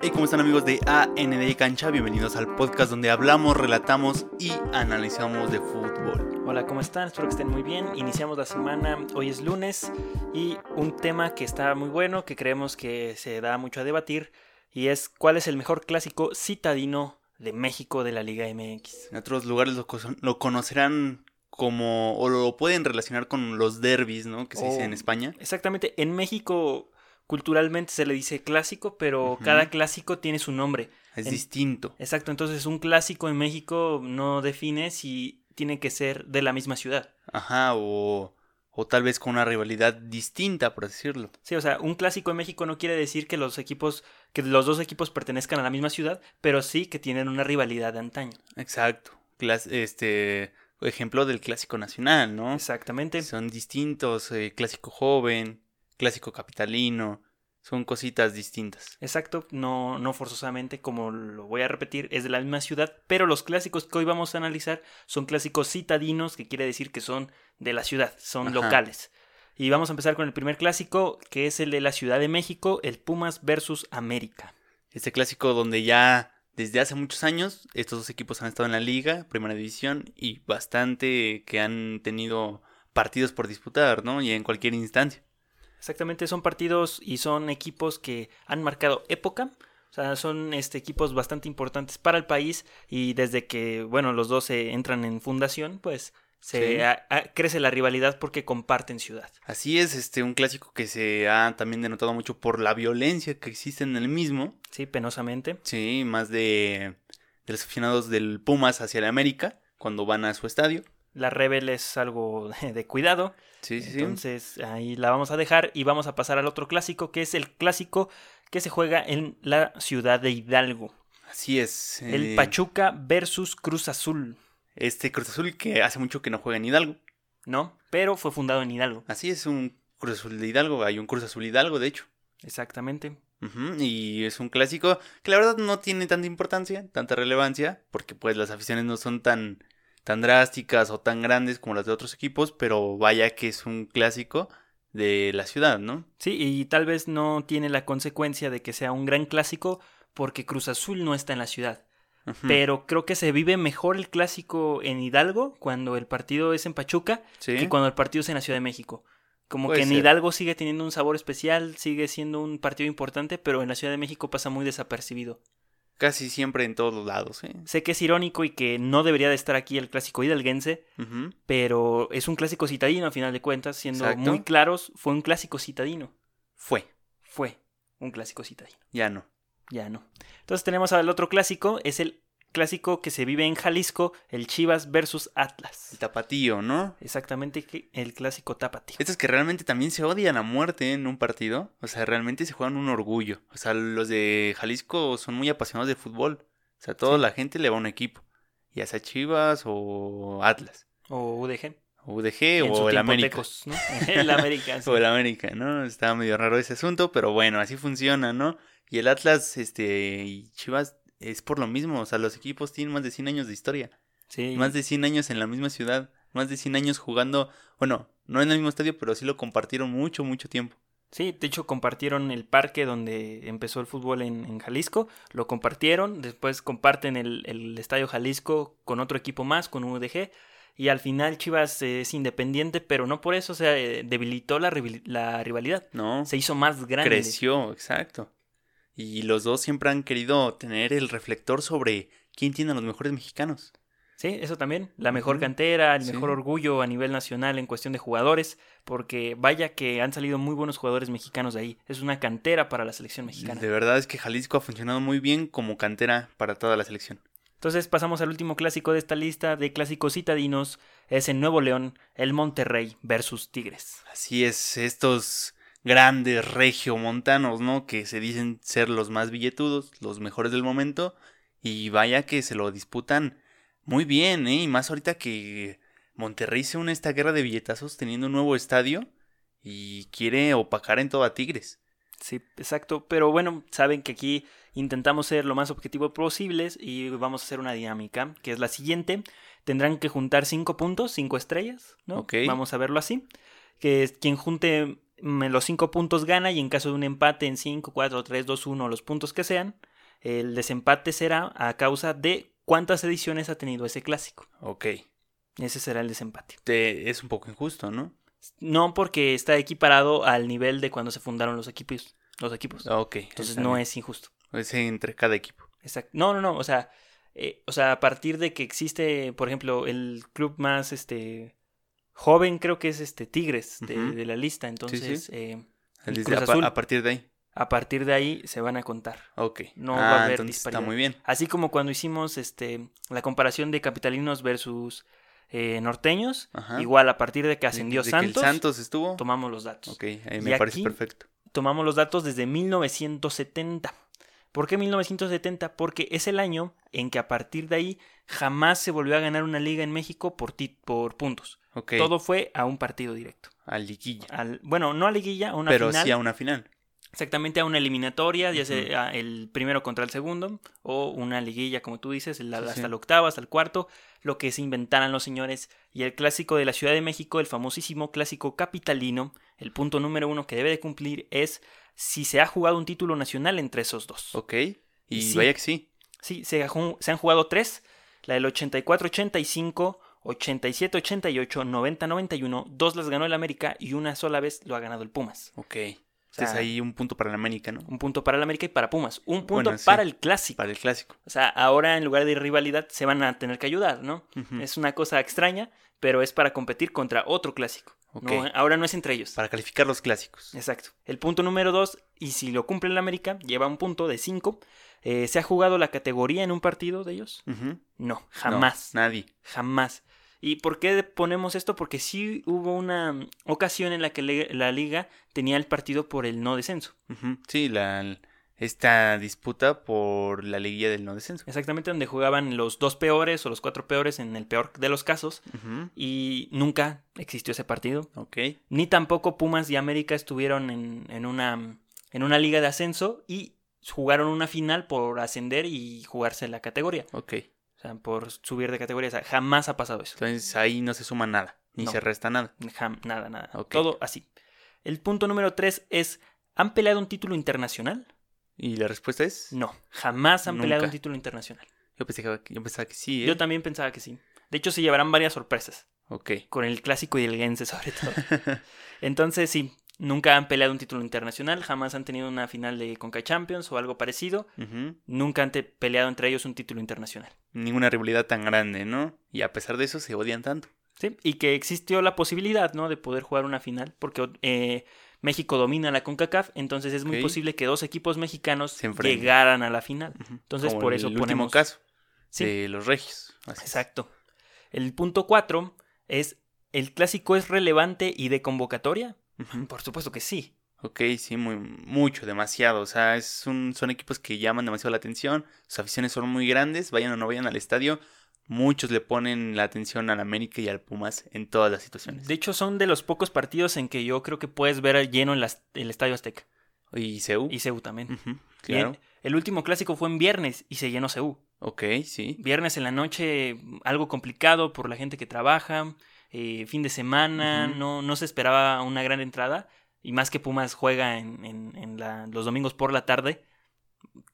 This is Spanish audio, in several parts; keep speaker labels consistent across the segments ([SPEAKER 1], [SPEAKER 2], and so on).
[SPEAKER 1] Hey, ¿cómo están amigos de AND Cancha? Bienvenidos al podcast donde hablamos, relatamos y analizamos de fútbol.
[SPEAKER 2] Hola, ¿cómo están? Espero que estén muy bien. Iniciamos la semana, hoy es lunes y un tema que está muy bueno, que creemos que se da mucho a debatir y es cuál es el mejor clásico citadino de México de la Liga MX.
[SPEAKER 1] En otros lugares lo, co- lo conocerán como o lo pueden relacionar con los derbis, ¿no? Que se dice
[SPEAKER 2] Oh.
[SPEAKER 1] en España.
[SPEAKER 2] Exactamente, en México culturalmente se le dice clásico, pero
[SPEAKER 1] Ujú.
[SPEAKER 2] cada clásico tiene su nombre.
[SPEAKER 1] Es
[SPEAKER 2] En-
[SPEAKER 1] distinto.
[SPEAKER 2] Exacto, entonces un clásico en México no define si tiene que ser de la misma ciudad.
[SPEAKER 1] Ajá, o, o tal vez con una rivalidad distinta, por decirlo.
[SPEAKER 2] Sí, o sea, un clásico en México no quiere decir que los equipos, que los dos equipos pertenezcan a la misma ciudad, pero sí que tienen una rivalidad de antaño.
[SPEAKER 1] Exacto. Clas- este ejemplo del clásico nacional, ¿no?
[SPEAKER 2] Exactamente.
[SPEAKER 1] Son distintos, eh, clásico joven, clásico capitalino, son cositas distintas.
[SPEAKER 2] Exacto, no, no forzosamente, como lo voy a repetir, es de la misma ciudad, pero los clásicos que hoy vamos a analizar son clásicos citadinos, que quiere decir que son de la ciudad, son
[SPEAKER 1] Ajá.
[SPEAKER 2] locales. Y vamos a empezar con el primer clásico, que es el de la Ciudad de México, el Pumas versus América.
[SPEAKER 1] Este clásico donde ya desde hace muchos años estos dos equipos han estado en la liga, primera división, y bastante que han tenido partidos por disputar, ¿no? Y en cualquier instancia.
[SPEAKER 2] Exactamente, son partidos y son equipos que han marcado época. O sea, son este, equipos bastante importantes para el país y desde que, bueno, los dos se entran en fundación, pues se
[SPEAKER 1] Sí.
[SPEAKER 2] a- a- crece la rivalidad porque comparten ciudad.
[SPEAKER 1] Así es, este, un clásico que se ha también denotado mucho por la violencia que existe en el mismo.
[SPEAKER 2] Sí, penosamente.
[SPEAKER 1] Sí, más de, de los aficionados del Pumas hacia el América cuando van a su estadio.
[SPEAKER 2] La Rebel es algo de, de cuidado.
[SPEAKER 1] Sí, sí, sí.
[SPEAKER 2] Entonces ahí la vamos a dejar y vamos a pasar al otro clásico, que es el clásico que se juega en la ciudad de Hidalgo.
[SPEAKER 1] Así es.
[SPEAKER 2] El
[SPEAKER 1] eh,
[SPEAKER 2] Pachuca versus Cruz Azul,
[SPEAKER 1] Este Cruz Azul que hace mucho que no juega en Hidalgo.
[SPEAKER 2] ¿no? Pero fue fundado en Hidalgo.
[SPEAKER 1] Así es un Cruz Azul de Hidalgo. Hay un Cruz Azul Hidalgo, de hecho.
[SPEAKER 2] Exactamente.
[SPEAKER 1] Ujú, Y es un clásico que la verdad no tiene tanta importancia, tanta relevancia, porque pues las aficiones no son tan, tan drásticas o tan grandes como las de otros equipos, pero vaya que es un clásico de la ciudad, ¿no?
[SPEAKER 2] Sí, y tal vez no tiene la consecuencia de que sea un gran clásico porque Cruz Azul no está en la ciudad.
[SPEAKER 1] Ujú,
[SPEAKER 2] Pero creo que se vive mejor el clásico en Hidalgo cuando el partido es en Pachuca
[SPEAKER 1] sí.
[SPEAKER 2] que cuando el partido es en la Ciudad de México. Como
[SPEAKER 1] Puede
[SPEAKER 2] que en
[SPEAKER 1] ser.
[SPEAKER 2] Hidalgo sigue teniendo un sabor especial, sigue siendo un partido importante, pero en la Ciudad de México pasa muy desapercibido.
[SPEAKER 1] Casi siempre en todos los lados, ¿eh?
[SPEAKER 2] Sé que es irónico y que no debería de estar aquí el clásico hidalguense,
[SPEAKER 1] Ujú.
[SPEAKER 2] pero es un clásico citadino a final de cuentas, siendo
[SPEAKER 1] Exacto.
[SPEAKER 2] muy claros, fue un clásico citadino.
[SPEAKER 1] Fue,
[SPEAKER 2] Fue un clásico citadino,
[SPEAKER 1] ya no.
[SPEAKER 2] ya no. Entonces tenemos al otro clásico, es el clásico que se vive en Jalisco, el Chivas versus
[SPEAKER 1] El
[SPEAKER 2] Atlas.
[SPEAKER 1] tapatío, ¿no?
[SPEAKER 2] Exactamente que- el clásico tapatío.
[SPEAKER 1] Estos que realmente también se odian a muerte en un partido. O sea, realmente se juegan un orgullo. O sea, los de Jalisco son muy apasionados de fútbol. O sea, toda la gente le va a un equipo. Ya sea Chivas o Atlas.
[SPEAKER 2] O UDG.
[SPEAKER 1] O UDG
[SPEAKER 2] en su
[SPEAKER 1] o el
[SPEAKER 2] tiempo
[SPEAKER 1] América.
[SPEAKER 2] Tecos, ¿no? el América. sí.
[SPEAKER 1] O el América, ¿no? Está medio raro ese asunto, pero bueno, así funciona, ¿no? Y el Atlas, este, y Chivas es por lo mismo. O sea, los equipos tienen más de 100 años de historia.
[SPEAKER 2] Sí.
[SPEAKER 1] Más de 100 años en la misma ciudad. Más de 100 años jugando. Bueno, no en el mismo estadio, pero sí lo compartieron mucho, mucho tiempo.
[SPEAKER 2] Sí, de hecho compartieron el parque donde empezó el fútbol en, en Jalisco, lo compartieron, después comparten el, el Estadio Jalisco con otro equipo más, con UDG, y al final Chivas eh, es independiente, pero no por eso, o sea, eh, debilitó la, rival- la rivalidad,
[SPEAKER 1] ¿No?
[SPEAKER 2] se hizo más grande.
[SPEAKER 1] Creció, exacto. Y los dos siempre han querido tener el reflector sobre quién tiene a los mejores mexicanos.
[SPEAKER 2] Sí, eso también, la mejor
[SPEAKER 1] Ujú.
[SPEAKER 2] cantera, el
[SPEAKER 1] Sí.
[SPEAKER 2] mejor orgullo a nivel nacional en cuestión de jugadores, porque vaya que han salido muy buenos jugadores mexicanos de ahí, es una cantera para la selección mexicana.
[SPEAKER 1] De verdad es que Jalisco ha funcionado muy bien como cantera para toda la selección.
[SPEAKER 2] Entonces pasamos al último clásico de esta lista de clásicos citadinos, es en Nuevo León, el Monterrey versus Tigres.
[SPEAKER 1] Así es, estos grandes regiomontanos, ¿no? Que se dicen ser los más billetudos, los mejores del momento. Y vaya que se lo disputan muy bien, ¿eh? Y más ahorita que Monterrey se une a esta guerra de billetazos teniendo un nuevo estadio y quiere opacar en todo a Tigres.
[SPEAKER 2] Sí, exacto, pero bueno, saben que aquí intentamos ser lo más objetivo posibles y vamos a hacer una dinámica, que es la siguiente. Tendrán que juntar cinco puntos, cinco estrellas, ¿no?
[SPEAKER 1] Ok.
[SPEAKER 2] Vamos a verlo así. Que es quien junte mm, los cinco puntos gana y en caso de un empate en 5, 4, 3, 2, 1, los puntos que sean, El desempate será a causa de cuántas ediciones ha tenido ese clásico.
[SPEAKER 1] Ok.
[SPEAKER 2] Ese será el desempate.
[SPEAKER 1] Te- es un poco injusto, ¿no?
[SPEAKER 2] No porque está equiparado al nivel de cuando se fundaron los equipos. Los equipos.
[SPEAKER 1] Ok.
[SPEAKER 2] Entonces
[SPEAKER 1] está
[SPEAKER 2] no
[SPEAKER 1] bien.
[SPEAKER 2] es injusto.
[SPEAKER 1] Es entre cada equipo.
[SPEAKER 2] Exacto. No, no, no. O sea, eh, o sea, a partir de que existe, por ejemplo, el club más este joven, creo que es este Tigres de,
[SPEAKER 1] Ujú.
[SPEAKER 2] de la lista. Entonces, eh, El
[SPEAKER 1] Dice,
[SPEAKER 2] Cruz
[SPEAKER 1] a, pa-
[SPEAKER 2] Azul.
[SPEAKER 1] a partir de ahí.
[SPEAKER 2] a partir de ahí se van a contar.
[SPEAKER 1] Ok.
[SPEAKER 2] No
[SPEAKER 1] ah,
[SPEAKER 2] va a haber
[SPEAKER 1] entonces está
[SPEAKER 2] disparidad.
[SPEAKER 1] muy bien.
[SPEAKER 2] Así como cuando hicimos este la comparación de capitalinos versus eh, norteños,
[SPEAKER 1] Ajá.
[SPEAKER 2] igual a partir de que ascendió
[SPEAKER 1] De- de que el
[SPEAKER 2] Santos,
[SPEAKER 1] Santos estuvo.
[SPEAKER 2] tomamos los datos.
[SPEAKER 1] Ok, ahí
[SPEAKER 2] Y
[SPEAKER 1] me parece
[SPEAKER 2] aquí-
[SPEAKER 1] perfecto.
[SPEAKER 2] tomamos los datos desde 1970. ¿Por qué 1970? Porque es el año en que a partir de ahí jamás se volvió a ganar una liga en México por, ti- por puntos.
[SPEAKER 1] Ok.
[SPEAKER 2] Todo fue a un partido directo.
[SPEAKER 1] A liguilla.
[SPEAKER 2] Al- bueno, no a liguilla, a una
[SPEAKER 1] Pero
[SPEAKER 2] final.
[SPEAKER 1] sí a una final.
[SPEAKER 2] Exactamente a una eliminatoria, ya
[SPEAKER 1] Ujú.
[SPEAKER 2] sea el primero contra el segundo, o una liguilla, como tú dices, la-
[SPEAKER 1] Sí,
[SPEAKER 2] hasta
[SPEAKER 1] sí.
[SPEAKER 2] el octavo, hasta el cuarto, lo que se inventaran los señores. Y el clásico de la Ciudad de México, el famosísimo clásico capitalino, el punto número uno que debe de cumplir es si se ha jugado un título nacional entre esos dos.
[SPEAKER 1] Ok. Y
[SPEAKER 2] Sí.
[SPEAKER 1] vaya que sí.
[SPEAKER 2] Sí, se, ha ju- se han jugado tres, la del 84-85, 87-88, 90-91, dos las ganó el América y una sola vez lo ha ganado el Pumas.
[SPEAKER 1] Ok. Entonces
[SPEAKER 2] sea,
[SPEAKER 1] ahí un punto para la América, ¿no?
[SPEAKER 2] Un punto para el América y para Pumas. Un punto
[SPEAKER 1] Bueno, sí.
[SPEAKER 2] para el clásico.
[SPEAKER 1] Para el clásico.
[SPEAKER 2] O sea, ahora en lugar de rivalidad se van a tener que ayudar, ¿no?
[SPEAKER 1] Ujú.
[SPEAKER 2] Es una cosa extraña, pero es para competir contra otro clásico.
[SPEAKER 1] Ok.
[SPEAKER 2] No, ahora no es entre ellos.
[SPEAKER 1] Para calificar los clásicos.
[SPEAKER 2] Exacto. El punto número dos, y si lo cumple el América, lleva un punto de cinco. Eh, ¿Se ha jugado la categoría en un partido de ellos?
[SPEAKER 1] Ujú. No,
[SPEAKER 2] No, jamás.
[SPEAKER 1] nadie.
[SPEAKER 2] Jamás. ¿Y por qué ponemos esto? Porque sí hubo una mm, ocasión en la que le- la liga tenía el partido por el no descenso.
[SPEAKER 1] Ujú. Sí, la, esta disputa por la liguilla del no descenso.
[SPEAKER 2] Exactamente donde jugaban los dos peores o los cuatro peores en el peor de los casos.
[SPEAKER 1] Ujú.
[SPEAKER 2] Y nunca existió ese partido.
[SPEAKER 1] Ok.
[SPEAKER 2] Ni tampoco Pumas y América estuvieron en, en una, en una liga de ascenso y jugaron una final por ascender y jugarse la categoría.
[SPEAKER 1] Ok.
[SPEAKER 2] O sea, por subir de categoría. O sea, jamás ha pasado eso.
[SPEAKER 1] Entonces ahí no se suma nada, ni
[SPEAKER 2] No.
[SPEAKER 1] se resta nada.
[SPEAKER 2] Jam- nada, nada.
[SPEAKER 1] Ok.
[SPEAKER 2] Todo así. El punto número tres es, ¿han peleado un título internacional?
[SPEAKER 1] Y la respuesta es.
[SPEAKER 2] No, jamás han peleado un
[SPEAKER 1] Nunca.
[SPEAKER 2] título internacional.
[SPEAKER 1] Yo, pensé que, yo pensaba que sí, ¿eh?
[SPEAKER 2] Yo también pensaba que sí. De hecho, se llevarán varias sorpresas.
[SPEAKER 1] Ok.
[SPEAKER 2] Con el clásico y el guense, sobre todo. Entonces, sí, nunca han peleado un título internacional, jamás han tenido una final de Conca Champions o algo parecido,
[SPEAKER 1] Ujú.
[SPEAKER 2] nunca han te- peleado entre ellos un título internacional.
[SPEAKER 1] Ninguna rivalidad tan grande, ¿no? Y a pesar de eso se odian tanto.
[SPEAKER 2] ¿sí? Y que existió la posibilidad, ¿no? De poder jugar una final, porque eh, México domina la CONCACAF, entonces es muy
[SPEAKER 1] Ok.
[SPEAKER 2] posible que dos equipos mexicanos
[SPEAKER 1] Se enfrenten.
[SPEAKER 2] llegaran a la final.
[SPEAKER 1] Ujú.
[SPEAKER 2] Entonces,
[SPEAKER 1] Como
[SPEAKER 2] por
[SPEAKER 1] el
[SPEAKER 2] eso
[SPEAKER 1] último
[SPEAKER 2] ponemos-
[SPEAKER 1] caso
[SPEAKER 2] Sí,
[SPEAKER 1] de los regios. Así es.
[SPEAKER 2] exacto. El punto 4 es, ¿el clásico es relevante y de convocatoria?
[SPEAKER 1] Ujú.
[SPEAKER 2] Por supuesto que sí.
[SPEAKER 1] Ok, sí, muy, mucho, demasiado. O sea, es un, son equipos que llaman demasiado la atención. Sus aficiones son muy grandes. Vayan o no vayan al estadio. Muchos le ponen la atención al América y al Pumas en todas las situaciones.
[SPEAKER 2] De hecho, son de los pocos partidos en que yo creo que puedes ver lleno el, as- el Estadio Azteca.
[SPEAKER 1] Y CEU.
[SPEAKER 2] Y CEU también.
[SPEAKER 1] Ujú,
[SPEAKER 2] Y en-
[SPEAKER 1] Mm, claro.
[SPEAKER 2] el último clásico fue en viernes y se llenó CEU.
[SPEAKER 1] Ok, sí.
[SPEAKER 2] Viernes en la noche, algo complicado por la gente que trabaja, eh, fin de semana,
[SPEAKER 1] Ujú.
[SPEAKER 2] no, no se esperaba una gran entrada. Y más que Pumas juega en, en- en la- los domingos por la tarde,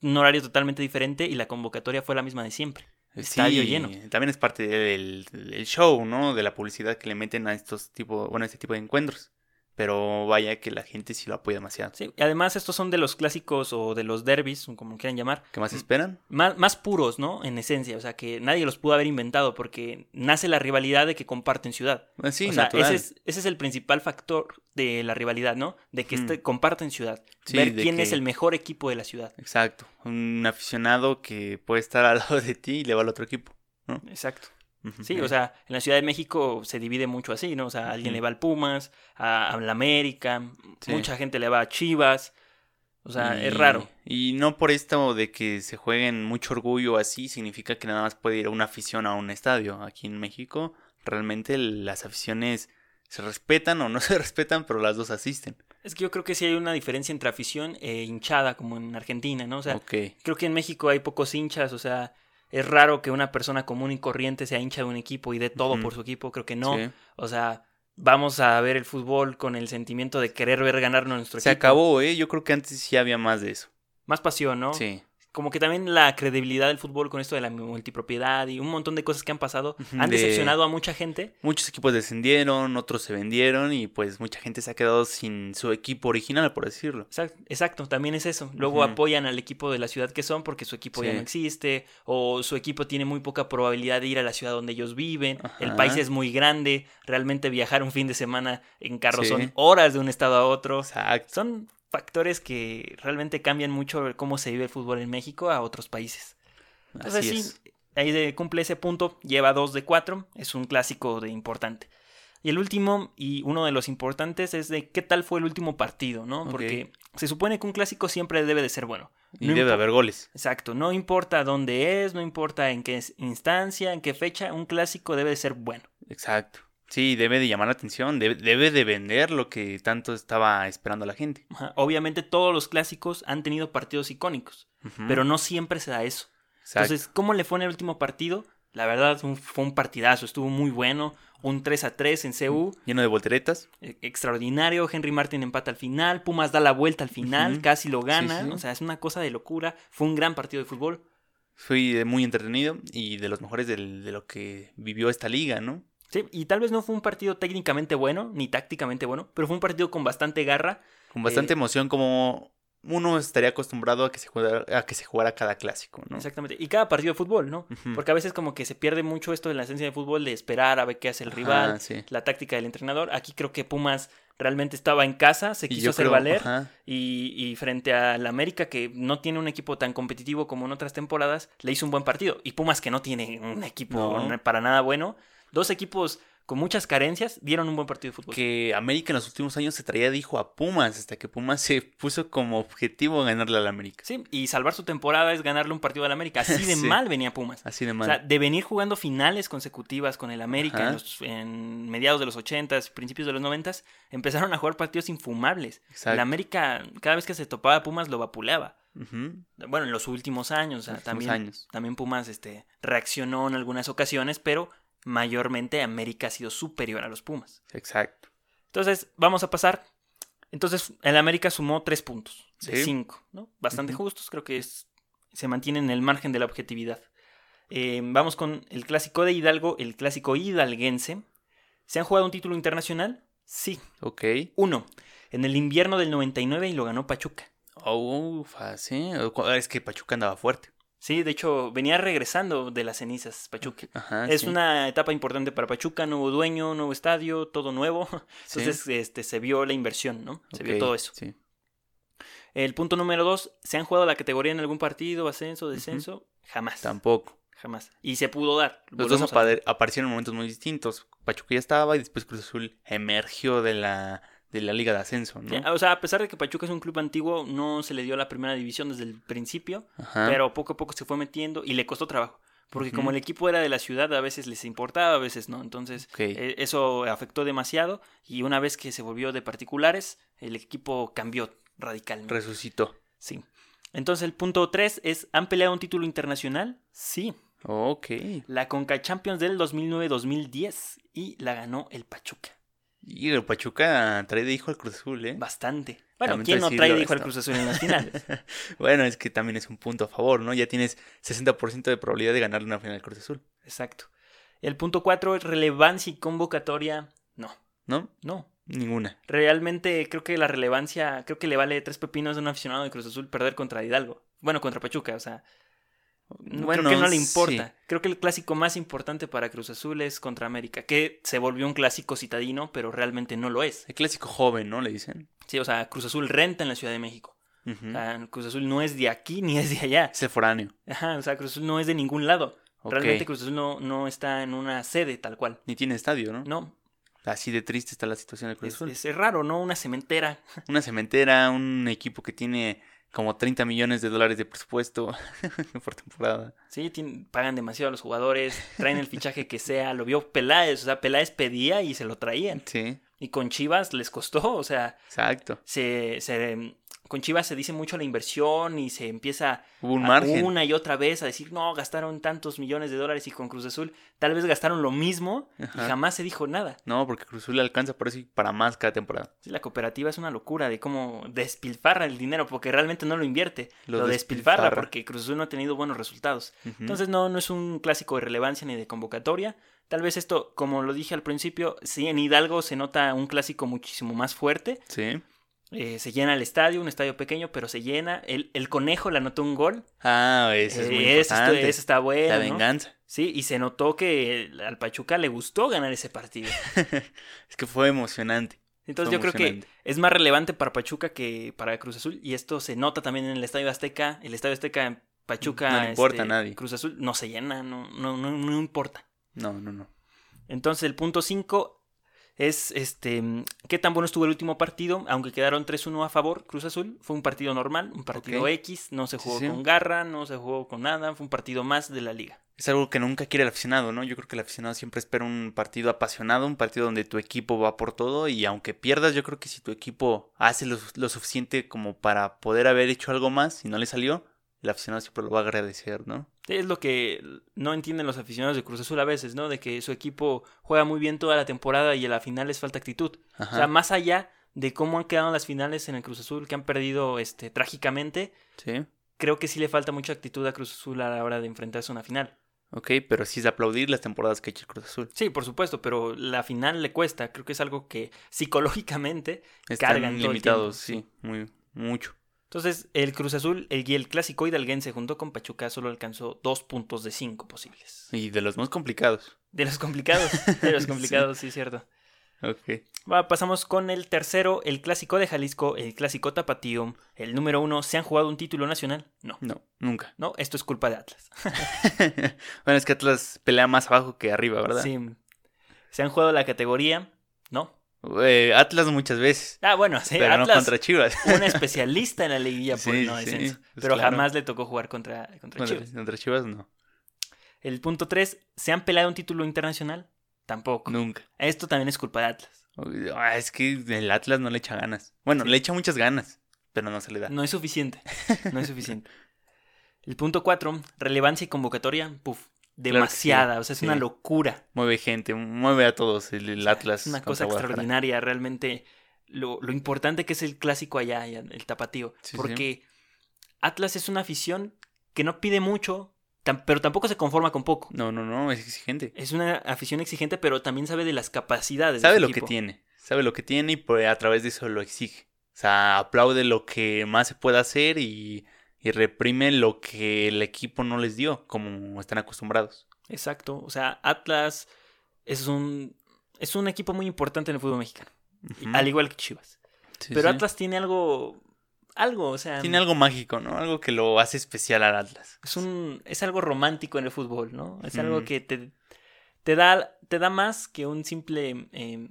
[SPEAKER 2] un horario totalmente diferente y la convocatoria fue la misma de siempre. Estadio
[SPEAKER 1] Sí,
[SPEAKER 2] lleno.
[SPEAKER 1] También es parte del, del show, ¿no? De la publicidad que le meten a estos tipo, bueno, a este tipo de encuentros. Pero vaya que la gente sí lo apoya demasiado.
[SPEAKER 2] Sí, y además estos son de los clásicos o de los derbis, como quieran llamar,
[SPEAKER 1] ¿Qué más esperan?
[SPEAKER 2] más, más puros, ¿no? En esencia, o sea, que nadie los pudo haber inventado porque nace la rivalidad de que comparten ciudad.
[SPEAKER 1] Ah, Sí,
[SPEAKER 2] o sea,
[SPEAKER 1] natural.
[SPEAKER 2] ese es, ese es el principal factor de la rivalidad, ¿no? De que
[SPEAKER 1] Ujú.
[SPEAKER 2] este- comparten ciudad.
[SPEAKER 1] Hmm. Sí,
[SPEAKER 2] Ver
[SPEAKER 1] de
[SPEAKER 2] quién
[SPEAKER 1] que-
[SPEAKER 2] es el mejor equipo de la ciudad.
[SPEAKER 1] Exacto. Un aficionado que puede estar al lado de ti y le va al otro equipo.
[SPEAKER 2] Exacto.
[SPEAKER 1] Ujú.
[SPEAKER 2] Sí, o sea, en la Ciudad de México se divide mucho así, ¿no? O sea, alguien
[SPEAKER 1] Ujú.
[SPEAKER 2] le va al Pumas, a, a la América,
[SPEAKER 1] Sí.
[SPEAKER 2] mucha gente le va a Chivas. O sea, es
[SPEAKER 1] Y-
[SPEAKER 2] raro.
[SPEAKER 1] Y no por esto de que se jueguen mucho orgullo así, significa que nada más puede ir una afición a un estadio. Aquí en México, realmente las aficiones se respetan o no se respetan, pero las dos asisten.
[SPEAKER 2] Es que yo creo que sí hay una diferencia entre afición e hinchada, como en Argentina, ¿no? O sea,
[SPEAKER 1] ok.
[SPEAKER 2] creo que en México hay pocos hinchas, o sea, es raro que una persona común y corriente sea hincha de un equipo y dé todo
[SPEAKER 1] Ujú.
[SPEAKER 2] por su equipo, creo que no.
[SPEAKER 1] sí.
[SPEAKER 2] O sea, vamos a ver el fútbol con el sentimiento de querer ver ganar nuestro
[SPEAKER 1] Se
[SPEAKER 2] equipo.
[SPEAKER 1] acabó, ¿eh? Yo creo que antes sí había más de eso.
[SPEAKER 2] Más pasión, ¿no?
[SPEAKER 1] Sí.
[SPEAKER 2] como que también la credibilidad del fútbol con esto de la multipropiedad y un montón de cosas que han pasado han
[SPEAKER 1] De-
[SPEAKER 2] decepcionado a mucha gente.
[SPEAKER 1] Muchos equipos descendieron, otros se vendieron y pues mucha gente se ha quedado sin su equipo original, por decirlo.
[SPEAKER 2] Exact- Exacto, también es eso. Luego
[SPEAKER 1] Ujú.
[SPEAKER 2] apoyan al equipo de la ciudad que son porque su equipo ya
[SPEAKER 1] Sí.
[SPEAKER 2] no existe o su equipo tiene muy poca probabilidad de ir a la ciudad donde ellos viven. El
[SPEAKER 1] Ajá.
[SPEAKER 2] país es muy grande, realmente viajar un fin de semana en carro
[SPEAKER 1] Sí.
[SPEAKER 2] son horas de un estado a otro.
[SPEAKER 1] Exacto.
[SPEAKER 2] Son factores que realmente cambian mucho cómo se vive el fútbol en México a otros países. Entonces,
[SPEAKER 1] Así
[SPEAKER 2] sí,
[SPEAKER 1] es.
[SPEAKER 2] ahí de- cumple ese punto, lleva 2 de 4, es un clásico de importante. Y el último, y uno de los importantes, es de qué tal fue el último partido, ¿no?
[SPEAKER 1] Ok.
[SPEAKER 2] Porque se supone que un clásico siempre debe de ser bueno.
[SPEAKER 1] Y
[SPEAKER 2] no
[SPEAKER 1] debe
[SPEAKER 2] impo-
[SPEAKER 1] haber goles.
[SPEAKER 2] Exacto, no importa dónde es, no importa en qué es- instancia, en qué fecha, un clásico debe de ser bueno.
[SPEAKER 1] Exacto. Sí, debe de llamar la atención, debe, debe de vender lo que tanto estaba esperando la gente.
[SPEAKER 2] Ajá, Obviamente todos los clásicos han tenido partidos icónicos,
[SPEAKER 1] Ujú.
[SPEAKER 2] pero no siempre se da eso.
[SPEAKER 1] Mm. Exacto.
[SPEAKER 2] Entonces, ¿cómo le fue en el último partido? La verdad, un- fue un partidazo, estuvo muy bueno, un 3 a 3 en CU,
[SPEAKER 1] Lleno de volteretas.
[SPEAKER 2] e- extraordinario, Henry Martin empata al final, Pumas da la vuelta al final,
[SPEAKER 1] Ujú.
[SPEAKER 2] casi lo gana,
[SPEAKER 1] sí.
[SPEAKER 2] o sea, es una cosa de locura, fue un gran partido de fútbol.
[SPEAKER 1] Fui de- muy entretenido y de los mejores del- de lo que vivió esta liga, ¿no?
[SPEAKER 2] Sí, y tal vez no fue un partido técnicamente bueno, ni tácticamente bueno, pero fue un partido con bastante garra.
[SPEAKER 1] Con bastante
[SPEAKER 2] Eh,
[SPEAKER 1] emoción, como uno estaría acostumbrado a que se jugara, a que se jugara cada clásico, ¿no?
[SPEAKER 2] Exactamente. Y cada partido de fútbol, ¿no?
[SPEAKER 1] Ujú.
[SPEAKER 2] Porque a veces como que se pierde mucho esto de la esencia de fútbol, de esperar a ver qué hace el
[SPEAKER 1] Ajá,
[SPEAKER 2] rival,
[SPEAKER 1] sí.
[SPEAKER 2] la táctica del entrenador. Aquí creo que Pumas realmente estaba en casa, se
[SPEAKER 1] Y
[SPEAKER 2] quiso
[SPEAKER 1] yo
[SPEAKER 2] hacer
[SPEAKER 1] creo-
[SPEAKER 2] valer.
[SPEAKER 1] ajá,
[SPEAKER 2] Y, y frente al América, que no tiene un equipo tan competitivo como en otras temporadas, le hizo un buen partido. Y Pumas, que no tiene un equipo
[SPEAKER 1] No.
[SPEAKER 2] para nada bueno. Dos equipos con muchas carencias dieron un buen partido de fútbol.
[SPEAKER 1] que América en los últimos años se traía de hijo a Pumas, hasta que Pumas se puso como objetivo ganarle al América.
[SPEAKER 2] Sí, y salvar su temporada es ganarle un partido al América. Así de
[SPEAKER 1] Sí.
[SPEAKER 2] mal venía Pumas.
[SPEAKER 1] Así de
[SPEAKER 2] O
[SPEAKER 1] mal.
[SPEAKER 2] sea, de venir jugando finales consecutivas con el América en,
[SPEAKER 1] Ajá.
[SPEAKER 2] los- en mediados de los 80s, principios de los 90s, empezaron a jugar partidos infumables. El
[SPEAKER 1] Exacto.
[SPEAKER 2] América, cada vez que se topaba a Pumas, lo vapuleaba.
[SPEAKER 1] Ujú,
[SPEAKER 2] Bueno, en los últimos años, o sea,
[SPEAKER 1] los últimos
[SPEAKER 2] también
[SPEAKER 1] años.
[SPEAKER 2] También Pumas este, reaccionó en algunas ocasiones, pero mayormente América ha sido superior a los Pumas.
[SPEAKER 1] Exacto.
[SPEAKER 2] Entonces, vamos a pasar. Entonces, el América sumó tres puntos de
[SPEAKER 1] Sí.
[SPEAKER 2] cinco, ¿no? Bastante
[SPEAKER 1] Ujú.
[SPEAKER 2] justos, creo que es- se mantienen en el margen de la objetividad. Eh, vamos con el clásico de Hidalgo, el clásico hidalguense. ¿Se han jugado un título internacional? Sí,
[SPEAKER 1] Ok.
[SPEAKER 2] uno. En el invierno del 99 y lo ganó Pachuca.
[SPEAKER 1] Oh, sí. Es que Pachuca andaba fuerte.
[SPEAKER 2] Sí, de hecho, venía regresando de las cenizas Pachuca.
[SPEAKER 1] Ajá.
[SPEAKER 2] Es
[SPEAKER 1] Ah, sí,
[SPEAKER 2] una etapa importante para Pachuca, nuevo dueño, nuevo estadio, todo nuevo.
[SPEAKER 1] sí.
[SPEAKER 2] Entonces este, se vio la inversión, ¿no? Se
[SPEAKER 1] Ok,
[SPEAKER 2] vio todo eso.
[SPEAKER 1] Sí.
[SPEAKER 2] El punto número dos, ¿se han jugado la categoría en algún partido, ascenso, descenso? Jamás.
[SPEAKER 1] Tampoco.
[SPEAKER 2] Jamás. Y se pudo dar.
[SPEAKER 1] Los
[SPEAKER 2] Volvemos
[SPEAKER 1] dos
[SPEAKER 2] a-
[SPEAKER 1] apare- aparecieron en momentos muy distintos. Pachuca ya estaba y después Cruz Azul emergió de la, de la Liga de Ascenso, ¿no?
[SPEAKER 2] O sea, a pesar de que Pachuca es un club antiguo, no se le dio la primera división desde el principio,
[SPEAKER 1] Ajá.
[SPEAKER 2] pero poco a poco se fue metiendo y le costó trabajo. Porque como
[SPEAKER 1] Ah. Ujú.
[SPEAKER 2] el equipo era de la ciudad, a veces les importaba, a veces no. Entonces,
[SPEAKER 1] Ok.
[SPEAKER 2] Eh, Eso afectó demasiado y una vez que se volvió de particulares, el equipo cambió radicalmente.
[SPEAKER 1] Resucitó.
[SPEAKER 2] sí. Entonces el punto 3 es, ¿han peleado un título internacional? Sí.
[SPEAKER 1] Ok.
[SPEAKER 2] La Conca Champions del 2009-2010 y la ganó el Pachuca.
[SPEAKER 1] Y el Pachuca trae de hijo al Cruz Azul, ¿eh?
[SPEAKER 2] Bastante. Bueno,
[SPEAKER 1] Lamento
[SPEAKER 2] ¿quién no
[SPEAKER 1] decirlo
[SPEAKER 2] trae dijo al
[SPEAKER 1] esto.
[SPEAKER 2] Cruz Azul en las finales?
[SPEAKER 1] Bueno, es que también es un punto a favor, ¿no? Ya tienes 60% de probabilidad de ganar una final al Cruz Azul,
[SPEAKER 2] Exacto. El punto 4 es relevancia y convocatoria. No,
[SPEAKER 1] ¿no?
[SPEAKER 2] no.
[SPEAKER 1] Ninguna.
[SPEAKER 2] Realmente creo que la relevancia, creo que le vale tres pepinos a un aficionado de Cruz Azul perder contra Hidalgo. Bueno, contra Pachuca, o sea, No, creo que no le
[SPEAKER 1] sí.
[SPEAKER 2] importa. Creo que el clásico más importante para Cruz Azul es contra América, que se volvió un clásico citadino, pero realmente no lo es.
[SPEAKER 1] El clásico joven, ¿no? Le dicen.
[SPEAKER 2] Sí, o sea, Cruz Azul renta en la Ciudad de México.
[SPEAKER 1] Ujú.
[SPEAKER 2] O sea, Cruz Azul no es de aquí ni es de allá.
[SPEAKER 1] Es el foráneo.
[SPEAKER 2] Ajá, o sea, Cruz Azul no es de ningún lado.
[SPEAKER 1] Ok.
[SPEAKER 2] Realmente Cruz Azul no, no está en una sede tal cual.
[SPEAKER 1] Ni tiene estadio, ¿no?
[SPEAKER 2] No,
[SPEAKER 1] Así de triste está la situación del Cruz
[SPEAKER 2] es,
[SPEAKER 1] Azul.
[SPEAKER 2] es raro, ¿no? Una cementera.
[SPEAKER 1] Una cementera, un equipo que tiene como 30 millones de dólares de presupuesto por temporada.
[SPEAKER 2] Sí, tien- pagan demasiado a los jugadores, traen el fichaje que sea. Lo vio Peláez, o sea, Peláez pedía y se lo traían.
[SPEAKER 1] Sí,
[SPEAKER 2] Y con Chivas les costó, o sea,
[SPEAKER 1] exacto.
[SPEAKER 2] se, se, con Chivas se dice mucho la inversión y se empieza
[SPEAKER 1] Hubo un
[SPEAKER 2] a-
[SPEAKER 1] margen.
[SPEAKER 2] Ah, una y otra vez a decir, no, gastaron tantos millones de dólares y con Cruz Azul tal vez gastaron lo mismo
[SPEAKER 1] Ajá.
[SPEAKER 2] y jamás se dijo nada.
[SPEAKER 1] No, porque Cruz Azul le alcanza parece que para más cada temporada.
[SPEAKER 2] Sí, la cooperativa es una locura de cómo despilfarra el dinero porque realmente no lo invierte,
[SPEAKER 1] Lo
[SPEAKER 2] lo, despilfarra,
[SPEAKER 1] despilfarra.
[SPEAKER 2] porque Cruz Azul no ha tenido buenos resultados.
[SPEAKER 1] Ujú.
[SPEAKER 2] Entonces no, no es un clásico de relevancia ni de convocatoria. Tal vez esto, como lo dije al principio, sí, en Hidalgo se nota un clásico muchísimo más fuerte.
[SPEAKER 1] Sí.
[SPEAKER 2] Eh, se llena el estadio, un estadio pequeño, pero se llena. El, el conejo le anotó un gol.
[SPEAKER 1] Ah, ese es muy
[SPEAKER 2] Eh, ese está-
[SPEAKER 1] importante.
[SPEAKER 2] ese está bueno.
[SPEAKER 1] la
[SPEAKER 2] ¿no?
[SPEAKER 1] venganza.
[SPEAKER 2] Sí, y se notó que el- al Pachuca le gustó ganar ese partido.
[SPEAKER 1] Es que fue emocionante.
[SPEAKER 2] Entonces
[SPEAKER 1] Fue
[SPEAKER 2] yo creo que
[SPEAKER 1] emocionante.
[SPEAKER 2] es más relevante para Pachuca que para Cruz Azul. Y esto se nota también en el Estadio Azteca. El Estadio Azteca, Pachuca, este,
[SPEAKER 1] No le importa a nadie.
[SPEAKER 2] Cruz Azul no se llena, no, no, no, no importa.
[SPEAKER 1] No, no, no.
[SPEAKER 2] Entonces el punto 5 es este mm, qué tan bueno estuvo el último partido, aunque quedaron 3-1 a favor Cruz Azul, fue un partido normal, un partido
[SPEAKER 1] Ok.
[SPEAKER 2] X, no se
[SPEAKER 1] Sí,
[SPEAKER 2] jugó
[SPEAKER 1] sí.
[SPEAKER 2] con garra, no se jugó con nada, fue un partido más de la liga.
[SPEAKER 1] Es algo que nunca quiere el aficionado, ¿no? Yo creo que el aficionado siempre espera un partido apasionado, un partido donde tu equipo va por todo y aunque pierdas, yo creo que si tu equipo hace lo, lo suficiente como para poder haber hecho algo más y no le salió, el aficionado siempre lo va a agradecer, ¿no?
[SPEAKER 2] Es lo que no entienden los aficionados de Cruz Azul a veces, ¿no? De que su equipo juega muy bien toda la temporada y a la final les falta actitud.
[SPEAKER 1] Ajá.
[SPEAKER 2] O sea, más allá de cómo han quedado las finales en el Cruz Azul, que han perdido este trágicamente,
[SPEAKER 1] sí.
[SPEAKER 2] creo que sí le falta mucha actitud a Cruz Azul a la hora de enfrentarse a una final.
[SPEAKER 1] Ok, pero sí es de aplaudir las temporadas que ha hecho el Cruz Azul.
[SPEAKER 2] Sí, por supuesto, pero la final le cuesta. Creo que es algo que psicológicamente.
[SPEAKER 1] Están
[SPEAKER 2] Cargan todo el
[SPEAKER 1] limitados,
[SPEAKER 2] tiempo,
[SPEAKER 1] sí, muy, mucho.
[SPEAKER 2] Entonces, el Cruz Azul el, y el clásico hidalguense junto con Pachuca solo alcanzó dos puntos de cinco posibles.
[SPEAKER 1] Y de los más complicados.
[SPEAKER 2] De los complicados. De los
[SPEAKER 1] Sí.
[SPEAKER 2] complicados, sí, cierto.
[SPEAKER 1] Ok.
[SPEAKER 2] Va, pasamos con el tercero, el clásico de Jalisco, el clásico tapatío. El número uno, ¿se han jugado un título nacional? No.
[SPEAKER 1] No, nunca.
[SPEAKER 2] No, esto es culpa de Atlas.
[SPEAKER 1] bueno, es que Atlas pelea más abajo que arriba, ¿verdad?
[SPEAKER 2] Sí. ¿Se han jugado la categoría? No.
[SPEAKER 1] Eh, Atlas muchas veces,
[SPEAKER 2] Ah, bueno, sí,
[SPEAKER 1] pero no
[SPEAKER 2] Atlas,
[SPEAKER 1] contra Chivas.
[SPEAKER 2] un especialista en la liguilla por
[SPEAKER 1] Sí,
[SPEAKER 2] el no
[SPEAKER 1] sí,
[SPEAKER 2] descenso.
[SPEAKER 1] pues
[SPEAKER 2] pero
[SPEAKER 1] claro.
[SPEAKER 2] jamás le tocó jugar contra, contra
[SPEAKER 1] Bueno,
[SPEAKER 2] Chivas.
[SPEAKER 1] contra Chivas no,
[SPEAKER 2] El punto 3, ¿se han pelado un título internacional? Tampoco.
[SPEAKER 1] nunca.
[SPEAKER 2] Esto también es culpa de Atlas.
[SPEAKER 1] Ah, es que el Atlas no le echa ganas. Bueno,
[SPEAKER 2] Sí.
[SPEAKER 1] le echa muchas ganas, pero no se le da.
[SPEAKER 2] No es suficiente. No es suficiente. El punto 4, relevancia y convocatoria, puf, demasiada, o sea, es
[SPEAKER 1] sí.
[SPEAKER 2] una locura.
[SPEAKER 1] Mueve gente, mueve a todos el, el Atlas.
[SPEAKER 2] Es una
[SPEAKER 1] contra
[SPEAKER 2] cosa
[SPEAKER 1] Guadalajara.
[SPEAKER 2] extraordinaria, realmente lo, lo importante que es el clásico allá, allá, el tapatío,
[SPEAKER 1] Sí, sí.
[SPEAKER 2] porque Atlas es una afición que no pide mucho, tam- pero tampoco se conforma con poco.
[SPEAKER 1] No, no, no, es exigente.
[SPEAKER 2] Es una afición exigente, pero también sabe de las capacidades. de
[SPEAKER 1] Sabe
[SPEAKER 2] su
[SPEAKER 1] lo que
[SPEAKER 2] equipo.
[SPEAKER 1] tiene, sabe lo que tiene y por- a través de eso lo exige. O sea, aplaude lo que más se pueda hacer y, y reprime lo que el equipo no les dio, como están acostumbrados.
[SPEAKER 2] Exacto. O sea, Atlas es un, es un equipo muy importante en el fútbol mexicano.
[SPEAKER 1] Ujú.
[SPEAKER 2] Al igual que Chivas.
[SPEAKER 1] Sí,
[SPEAKER 2] Pero
[SPEAKER 1] sí.
[SPEAKER 2] Atlas tiene algo. Algo, o sea.
[SPEAKER 1] tiene algo mágico, ¿no? Algo que lo hace especial al Atlas.
[SPEAKER 2] Es, un, es algo romántico en el fútbol, ¿no? Es algo
[SPEAKER 1] Mm.
[SPEAKER 2] que te, te, da, te da más que un simple. eh,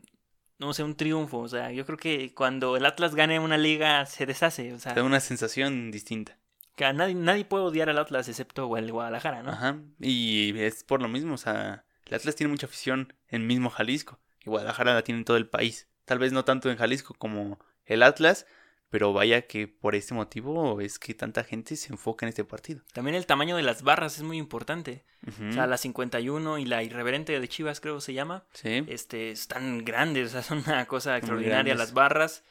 [SPEAKER 2] no sé, un triunfo. O sea, yo creo que cuando el Atlas gane una liga se deshace. O sea,
[SPEAKER 1] Te da una sensación distinta.
[SPEAKER 2] que a nadie, nadie puede odiar al Atlas excepto al Guadalajara, ¿no?
[SPEAKER 1] Ajá. Y es por lo mismo, o sea, el Atlas tiene mucha afición en mismo Jalisco. Y Guadalajara la tiene en todo el país. Tal vez no tanto en Jalisco como el Atlas, pero vaya que por este motivo es que tanta gente se enfoca en este partido.
[SPEAKER 2] También el tamaño de las barras es muy importante.
[SPEAKER 1] Ujú.
[SPEAKER 2] O sea, la 51 y la irreverente de Chivas, creo se llama.
[SPEAKER 1] Sí.
[SPEAKER 2] este, están grandes, o sea, son una cosa extraordinaria
[SPEAKER 1] grandes.
[SPEAKER 2] las barras.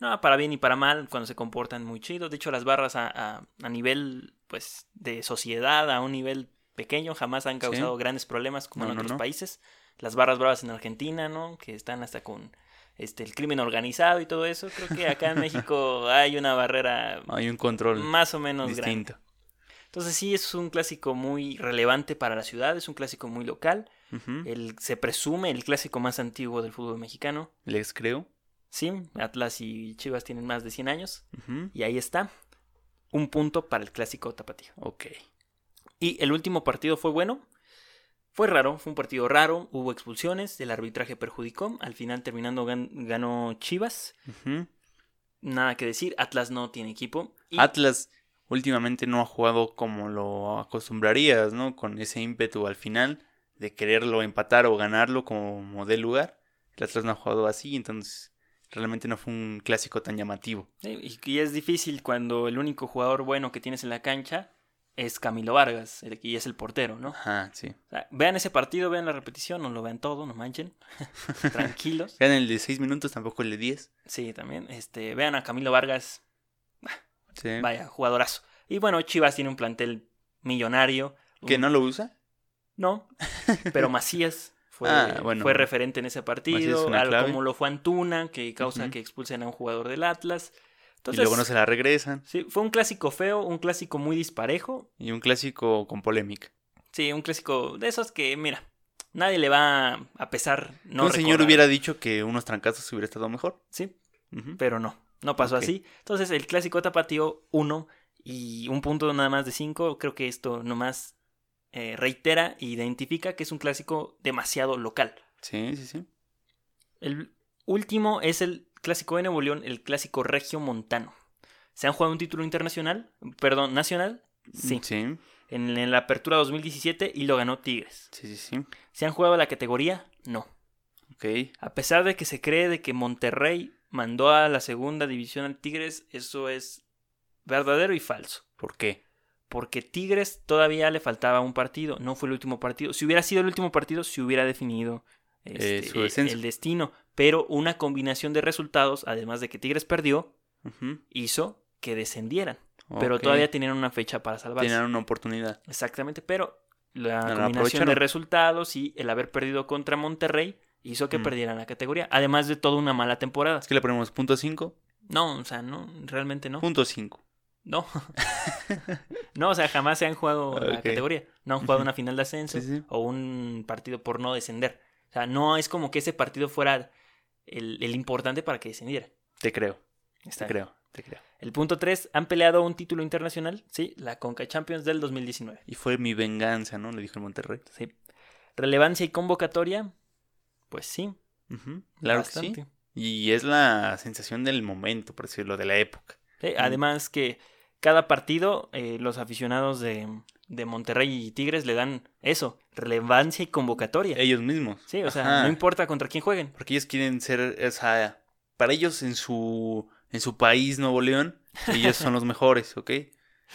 [SPEAKER 2] No, para bien y para mal, cuando se comportan muy chido. De hecho, las barras a, a- a nivel, pues, de sociedad, a un nivel pequeño, jamás han causado grandes problemas como
[SPEAKER 1] No,
[SPEAKER 2] en
[SPEAKER 1] no,
[SPEAKER 2] otros
[SPEAKER 1] no.
[SPEAKER 2] países. Las barras bravas en Argentina, ¿no? Que están hasta con este el crimen organizado y todo eso. Creo que acá en México hay una barrera
[SPEAKER 1] Hay un control
[SPEAKER 2] más o menos grande.
[SPEAKER 1] distinto.
[SPEAKER 2] Entonces sí, es un clásico muy relevante para la ciudad, es un clásico muy local.
[SPEAKER 1] Ujú.
[SPEAKER 2] El, se presume el clásico más antiguo del fútbol mexicano.
[SPEAKER 1] Les creo.
[SPEAKER 2] Sí, Atlas y Chivas tienen más de 100 años.
[SPEAKER 1] Ujú.
[SPEAKER 2] Y ahí está. Un punto para el clásico tapatío.
[SPEAKER 1] Ok.
[SPEAKER 2] Y el último partido fue bueno. Fue raro, fue un partido raro. Hubo expulsiones, el arbitraje perjudicó. Al final terminando gan- ganó Chivas.
[SPEAKER 1] Ujú.
[SPEAKER 2] Nada que decir, Atlas no tiene equipo. Y
[SPEAKER 1] Atlas últimamente no ha jugado como lo acostumbrarías, ¿no? Con ese ímpetu al final de quererlo empatar o ganarlo como de lugar. El Atlas no ha jugado así, entonces realmente no fue un clásico tan llamativo.
[SPEAKER 2] Sí, Y y es difícil cuando el único jugador bueno que tienes en la cancha es Camilo Vargas, el- y es el portero, ¿no?
[SPEAKER 1] Ajá, sí.
[SPEAKER 2] O sea, vean ese partido, vean la repetición, no lo vean todo, no manchen. Tranquilos.
[SPEAKER 1] Vean el de 6 minutos, tampoco el de 10.
[SPEAKER 2] Sí, también. Este, vean a Camilo Vargas,
[SPEAKER 1] Sí.
[SPEAKER 2] vaya, jugadorazo. Y bueno, Chivas tiene un plantel millonario.
[SPEAKER 1] ¿Que
[SPEAKER 2] Un-
[SPEAKER 1] no lo usa?
[SPEAKER 2] No, pero Macías fue,
[SPEAKER 1] Ah, bueno.
[SPEAKER 2] fue referente en ese
[SPEAKER 1] Macías es
[SPEAKER 2] partido,
[SPEAKER 1] una
[SPEAKER 2] al-
[SPEAKER 1] clave.
[SPEAKER 2] como lo fue Antuna, que causa
[SPEAKER 1] Ujú.
[SPEAKER 2] que expulsen a un jugador del Atlas. Entonces,
[SPEAKER 1] y luego no se la regresan.
[SPEAKER 2] sí, fue un clásico feo, un clásico muy disparejo.
[SPEAKER 1] Y un clásico con polémica.
[SPEAKER 2] Sí, un clásico de esos que, mira, nadie le va a pesar.
[SPEAKER 1] Que
[SPEAKER 2] No
[SPEAKER 1] un señor
[SPEAKER 2] recordar.
[SPEAKER 1] hubiera dicho que unos trancazos hubiera estado mejor.
[SPEAKER 2] Sí,
[SPEAKER 1] Ujú.
[SPEAKER 2] pero no, no pasó
[SPEAKER 1] Ok.
[SPEAKER 2] así. Entonces, el clásico tapatío, uno y un punto nada más de cinco. Creo que esto nomás eh, reitera e identifica que es un clásico demasiado local.
[SPEAKER 1] Sí, sí, sí.
[SPEAKER 2] El último es el clásico de Nuevo León, el clásico regio montano. ¿Se han jugado un título internacional? Perdón, nacional. Sí.
[SPEAKER 1] Mm, Sí,
[SPEAKER 2] En, en la apertura 2017 y lo ganó Tigres.
[SPEAKER 1] sí, sí. sí.
[SPEAKER 2] ¿Se han jugado la categoría? No.
[SPEAKER 1] Ok.
[SPEAKER 2] A pesar de que se cree de que Monterrey mandó a la segunda división al Tigres, eso es verdadero y falso.
[SPEAKER 1] ¿Por qué?
[SPEAKER 2] Porque Tigres todavía le faltaba un partido, no fue el último partido. Si hubiera sido el último partido, se hubiera definido
[SPEAKER 1] Eh,
[SPEAKER 2] este,
[SPEAKER 1] su descenso.
[SPEAKER 2] el destino. Pero una combinación de resultados, además de que Tigres perdió,
[SPEAKER 1] Ujú.
[SPEAKER 2] hizo que descendieran. Pero
[SPEAKER 1] Ok.
[SPEAKER 2] todavía tenían una fecha para salvarse.
[SPEAKER 1] tenían una oportunidad.
[SPEAKER 2] Exactamente, pero
[SPEAKER 1] No la
[SPEAKER 2] la combinación de
[SPEAKER 1] aprovecharon.
[SPEAKER 2] resultados y el haber perdido contra Monterrey hizo que
[SPEAKER 1] Mm.
[SPEAKER 2] perdieran la categoría. Además de toda una mala temporada.
[SPEAKER 1] Es que le ponemos punto 5.
[SPEAKER 2] No, o sea, no, realmente no.
[SPEAKER 1] Punto 5.
[SPEAKER 2] No. no, o sea, jamás se han jugugado la
[SPEAKER 1] Ok.
[SPEAKER 2] categoría. No han jugado
[SPEAKER 1] Ujú.
[SPEAKER 2] una final de ascenso
[SPEAKER 1] Sí, sí.
[SPEAKER 2] o un partido por no descender. O sea, no es como que ese partido fuera el, el importante para que descendiera.
[SPEAKER 1] Te creo,
[SPEAKER 2] Está
[SPEAKER 1] te
[SPEAKER 2] bien.
[SPEAKER 1] creo, te creo.
[SPEAKER 2] El punto 3, han peleado un título internacional, sí, la Conca Champions del 2019.
[SPEAKER 1] Y fue mi venganza, ¿no? Le dijo el Monterrey.
[SPEAKER 2] Sí. Relevancia y convocatoria, pues sí,
[SPEAKER 1] Ujú, Claro que Ah, sí.
[SPEAKER 2] bastante.
[SPEAKER 1] Y es la sensación del momento, por decirlo, de la época.
[SPEAKER 2] Sí, Además que cada partido, eh, los aficionados de, de Monterrey y Tigres le dan eso, relevancia y convocatoria.
[SPEAKER 1] Ellos mismos.
[SPEAKER 2] Sí, o sea,
[SPEAKER 1] Ajá,
[SPEAKER 2] no importa contra quién jueguen.
[SPEAKER 1] Porque ellos quieren ser, o sea, para ellos en su, en su país, Nuevo León, ellos son los mejores, ¿ok?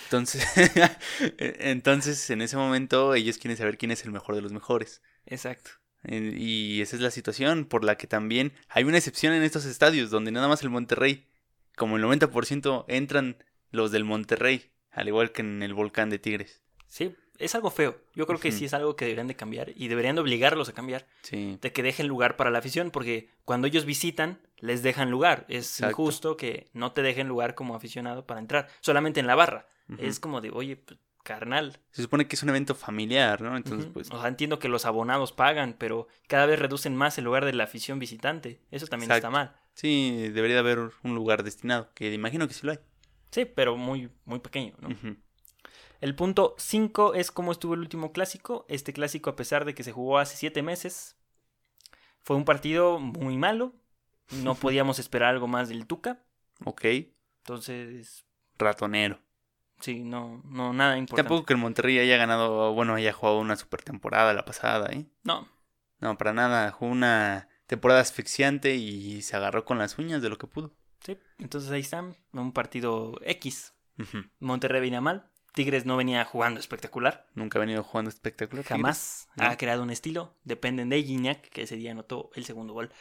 [SPEAKER 1] Entonces, e-, entonces, en ese momento, ellos quieren saber quién es el mejor de los mejores.
[SPEAKER 2] Exacto.
[SPEAKER 1] En- Y esa es la situación por la que también hay una excepción en estos estadios, donde nada más el Monterrey, como el 90% entran los del Monterrey, al igual que en el volcán de Tigres.
[SPEAKER 2] Sí, es algo feo. Yo creo que
[SPEAKER 1] Ujú.
[SPEAKER 2] sí es algo que deberían de cambiar y deberían de obligarlos a cambiar,
[SPEAKER 1] Sí,
[SPEAKER 2] de que dejen lugar para la afición, porque cuando ellos visitan, les dejan lugar. Es
[SPEAKER 1] Exacto.
[SPEAKER 2] injusto que no te dejen lugar como aficionado para entrar, solamente en la barra.
[SPEAKER 1] ujú.
[SPEAKER 2] Es como de, oye, pues, carnal.
[SPEAKER 1] Se supone que es un evento familiar, ¿no? Entonces,
[SPEAKER 2] Ujú.
[SPEAKER 1] pues,
[SPEAKER 2] o sea, entiendo que los abonados pagan, pero cada vez reducen más el lugar de la afición visitante. Eso también está
[SPEAKER 1] Exacto.
[SPEAKER 2] mal.
[SPEAKER 1] sí, debería de haber un lugar destinado, que imagino que sí lo hay.
[SPEAKER 2] Sí, pero muy, muy pequeño, ¿no?
[SPEAKER 1] Ujú.
[SPEAKER 2] El punto 5 es cómo estuvo el último clásico. Este clásico, a pesar de que se jugó hace 7 meses, fue un partido muy malo. No podíamos esperar algo más del Tuca.
[SPEAKER 1] Ok,
[SPEAKER 2] Entonces,
[SPEAKER 1] ratonero.
[SPEAKER 2] sí, no, no, nada importante.
[SPEAKER 1] Tampoco que el Monterrey haya ganado, bueno, haya jugado una super temporada la pasada, ¿eh?
[SPEAKER 2] No,
[SPEAKER 1] No, para nada, jugó una temporada asfixiante y se agarró con las uñas de lo que pudo.
[SPEAKER 2] sí. Entonces ahí están, un partido X.
[SPEAKER 1] Ujú.
[SPEAKER 2] Monterrey venía mal. Tigres no venía jugando espectacular.
[SPEAKER 1] Nunca ha venido jugando espectacular. Tigres.
[SPEAKER 2] Jamás
[SPEAKER 1] ¿no?
[SPEAKER 2] ha creado un estilo. Dependen de Gignac, que ese día anotó el segundo gol.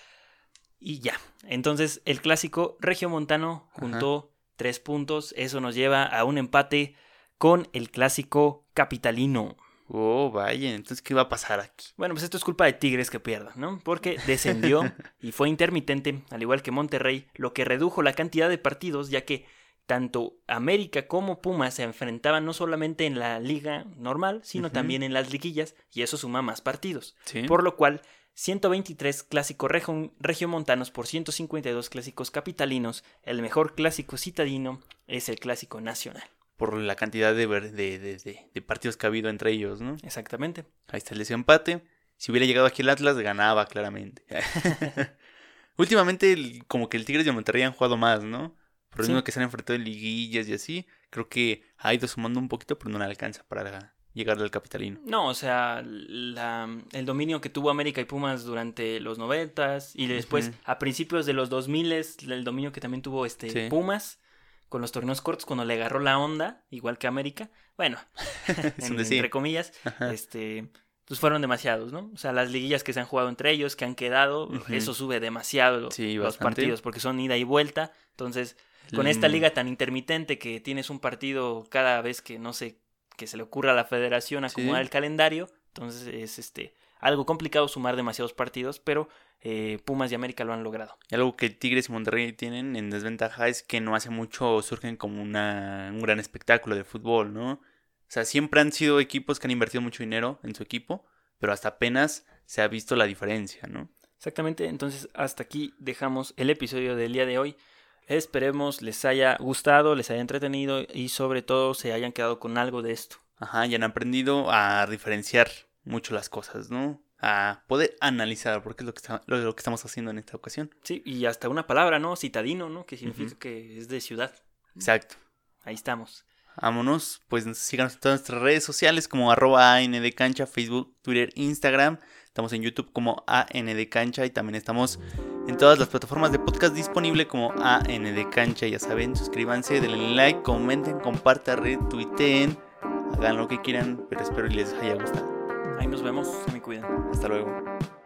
[SPEAKER 2] Y ya. Entonces, el clásico regiomontano juntó tres puntos. Eso nos lleva a un empate con el clásico capitalino.
[SPEAKER 1] Oh, vaya. Entonces, ¿qué va a pasar aquí?
[SPEAKER 2] Bueno, pues esto es culpa de Tigres que pierda, ¿no? Porque descendió y fue intermitente, al igual que Monterrey, lo que redujo la cantidad de partidos, ya que tanto América como Puma se enfrentaban no solamente en la liga normal, sino
[SPEAKER 1] Ujú.
[SPEAKER 2] también en las liguillas, y eso suma más partidos.
[SPEAKER 1] Sí.
[SPEAKER 2] Por lo cual, 123 clásicos regio- regiomontanos por 152 clásicos capitalinos, el mejor clásico citadino es el clásico nacional.
[SPEAKER 1] Por la cantidad de, ver- de, de- de- de partidos que ha habido entre ellos, ¿no?
[SPEAKER 2] Exactamente.
[SPEAKER 1] Ahí está el desempate. Si hubiera llegado aquí el Atlas, ganaba claramente. Últimamente, el- como que el Tigres y el Monterrey han jugado más, ¿no? Por lo
[SPEAKER 2] Sí.
[SPEAKER 1] mismo que se han enfrentado en liguillas y así, creo que ha ido sumando un poquito, pero no le alcanza para llegar al capitalino.
[SPEAKER 2] No, o sea, la- el dominio que tuvo América y Pumas durante los noventas y después
[SPEAKER 1] Ujú.
[SPEAKER 2] a principios de los 2000 el dominio que también tuvo este
[SPEAKER 1] Sí.
[SPEAKER 2] Pumas con los torneos cortos cuando le agarró la onda, igual que América. Bueno,
[SPEAKER 1] Es
[SPEAKER 2] en-
[SPEAKER 1] un decir.
[SPEAKER 2] entre comillas,
[SPEAKER 1] Ajá.
[SPEAKER 2] este, pues fueron demasiados, ¿no? O sea, las liguillas que se han jugado entre ellos, que han quedado,
[SPEAKER 1] Ujú.
[SPEAKER 2] eso sube demasiado lo-
[SPEAKER 1] Sí,
[SPEAKER 2] los
[SPEAKER 1] bastante.
[SPEAKER 2] partidos, porque son ida y vuelta. Entonces, con esta
[SPEAKER 1] Mm,
[SPEAKER 2] liga tan intermitente que tienes un partido cada vez que no sé, que se le ocurra a la federación acomodar
[SPEAKER 1] Sí.
[SPEAKER 2] el calendario, entonces es este algo complicado sumar demasiados partidos, pero eh, Pumas y América lo han logrado.
[SPEAKER 1] y Algo que Tigres y Monterrey tienen en desventaja es que no hace mucho surgen como una, un gran espectáculo de fútbol, ¿no? O sea, siempre han sido equipos que han invertido mucho dinero en su equipo, pero hasta apenas se ha visto la diferencia, ¿no?
[SPEAKER 2] Exactamente, entonces hasta aquí dejamos el episodio del día de hoy. Esperemos les haya gustado, les haya entretenido y sobre todo se hayan quedado con algo de esto.
[SPEAKER 1] Ajá, y han aprendido a diferenciar mucho las cosas, ¿no? A poder analizar, porque es lo que, está- lo- lo que estamos haciendo en esta ocasión.
[SPEAKER 2] Sí, y hasta una palabra, ¿no? Citadino, ¿no? Que significa
[SPEAKER 1] Ujú.
[SPEAKER 2] que es de ciudad.
[SPEAKER 1] Exacto.
[SPEAKER 2] Ahí estamos.
[SPEAKER 1] Vámonos, pues síganos en todas nuestras redes sociales como arroba AND Cancha, Facebook, Twitter, Instagram. Estamos en YouTube como AND Cancha y también estamos en todas las plataformas de podcast disponible como AND Cancha. Ya saben, suscríbanse, denle like, comenten, compartan, retuiteen, hagan lo que quieran, pero espero que les haya gustado.
[SPEAKER 2] Ahí nos vemos, se me cuidan.
[SPEAKER 1] Hasta luego.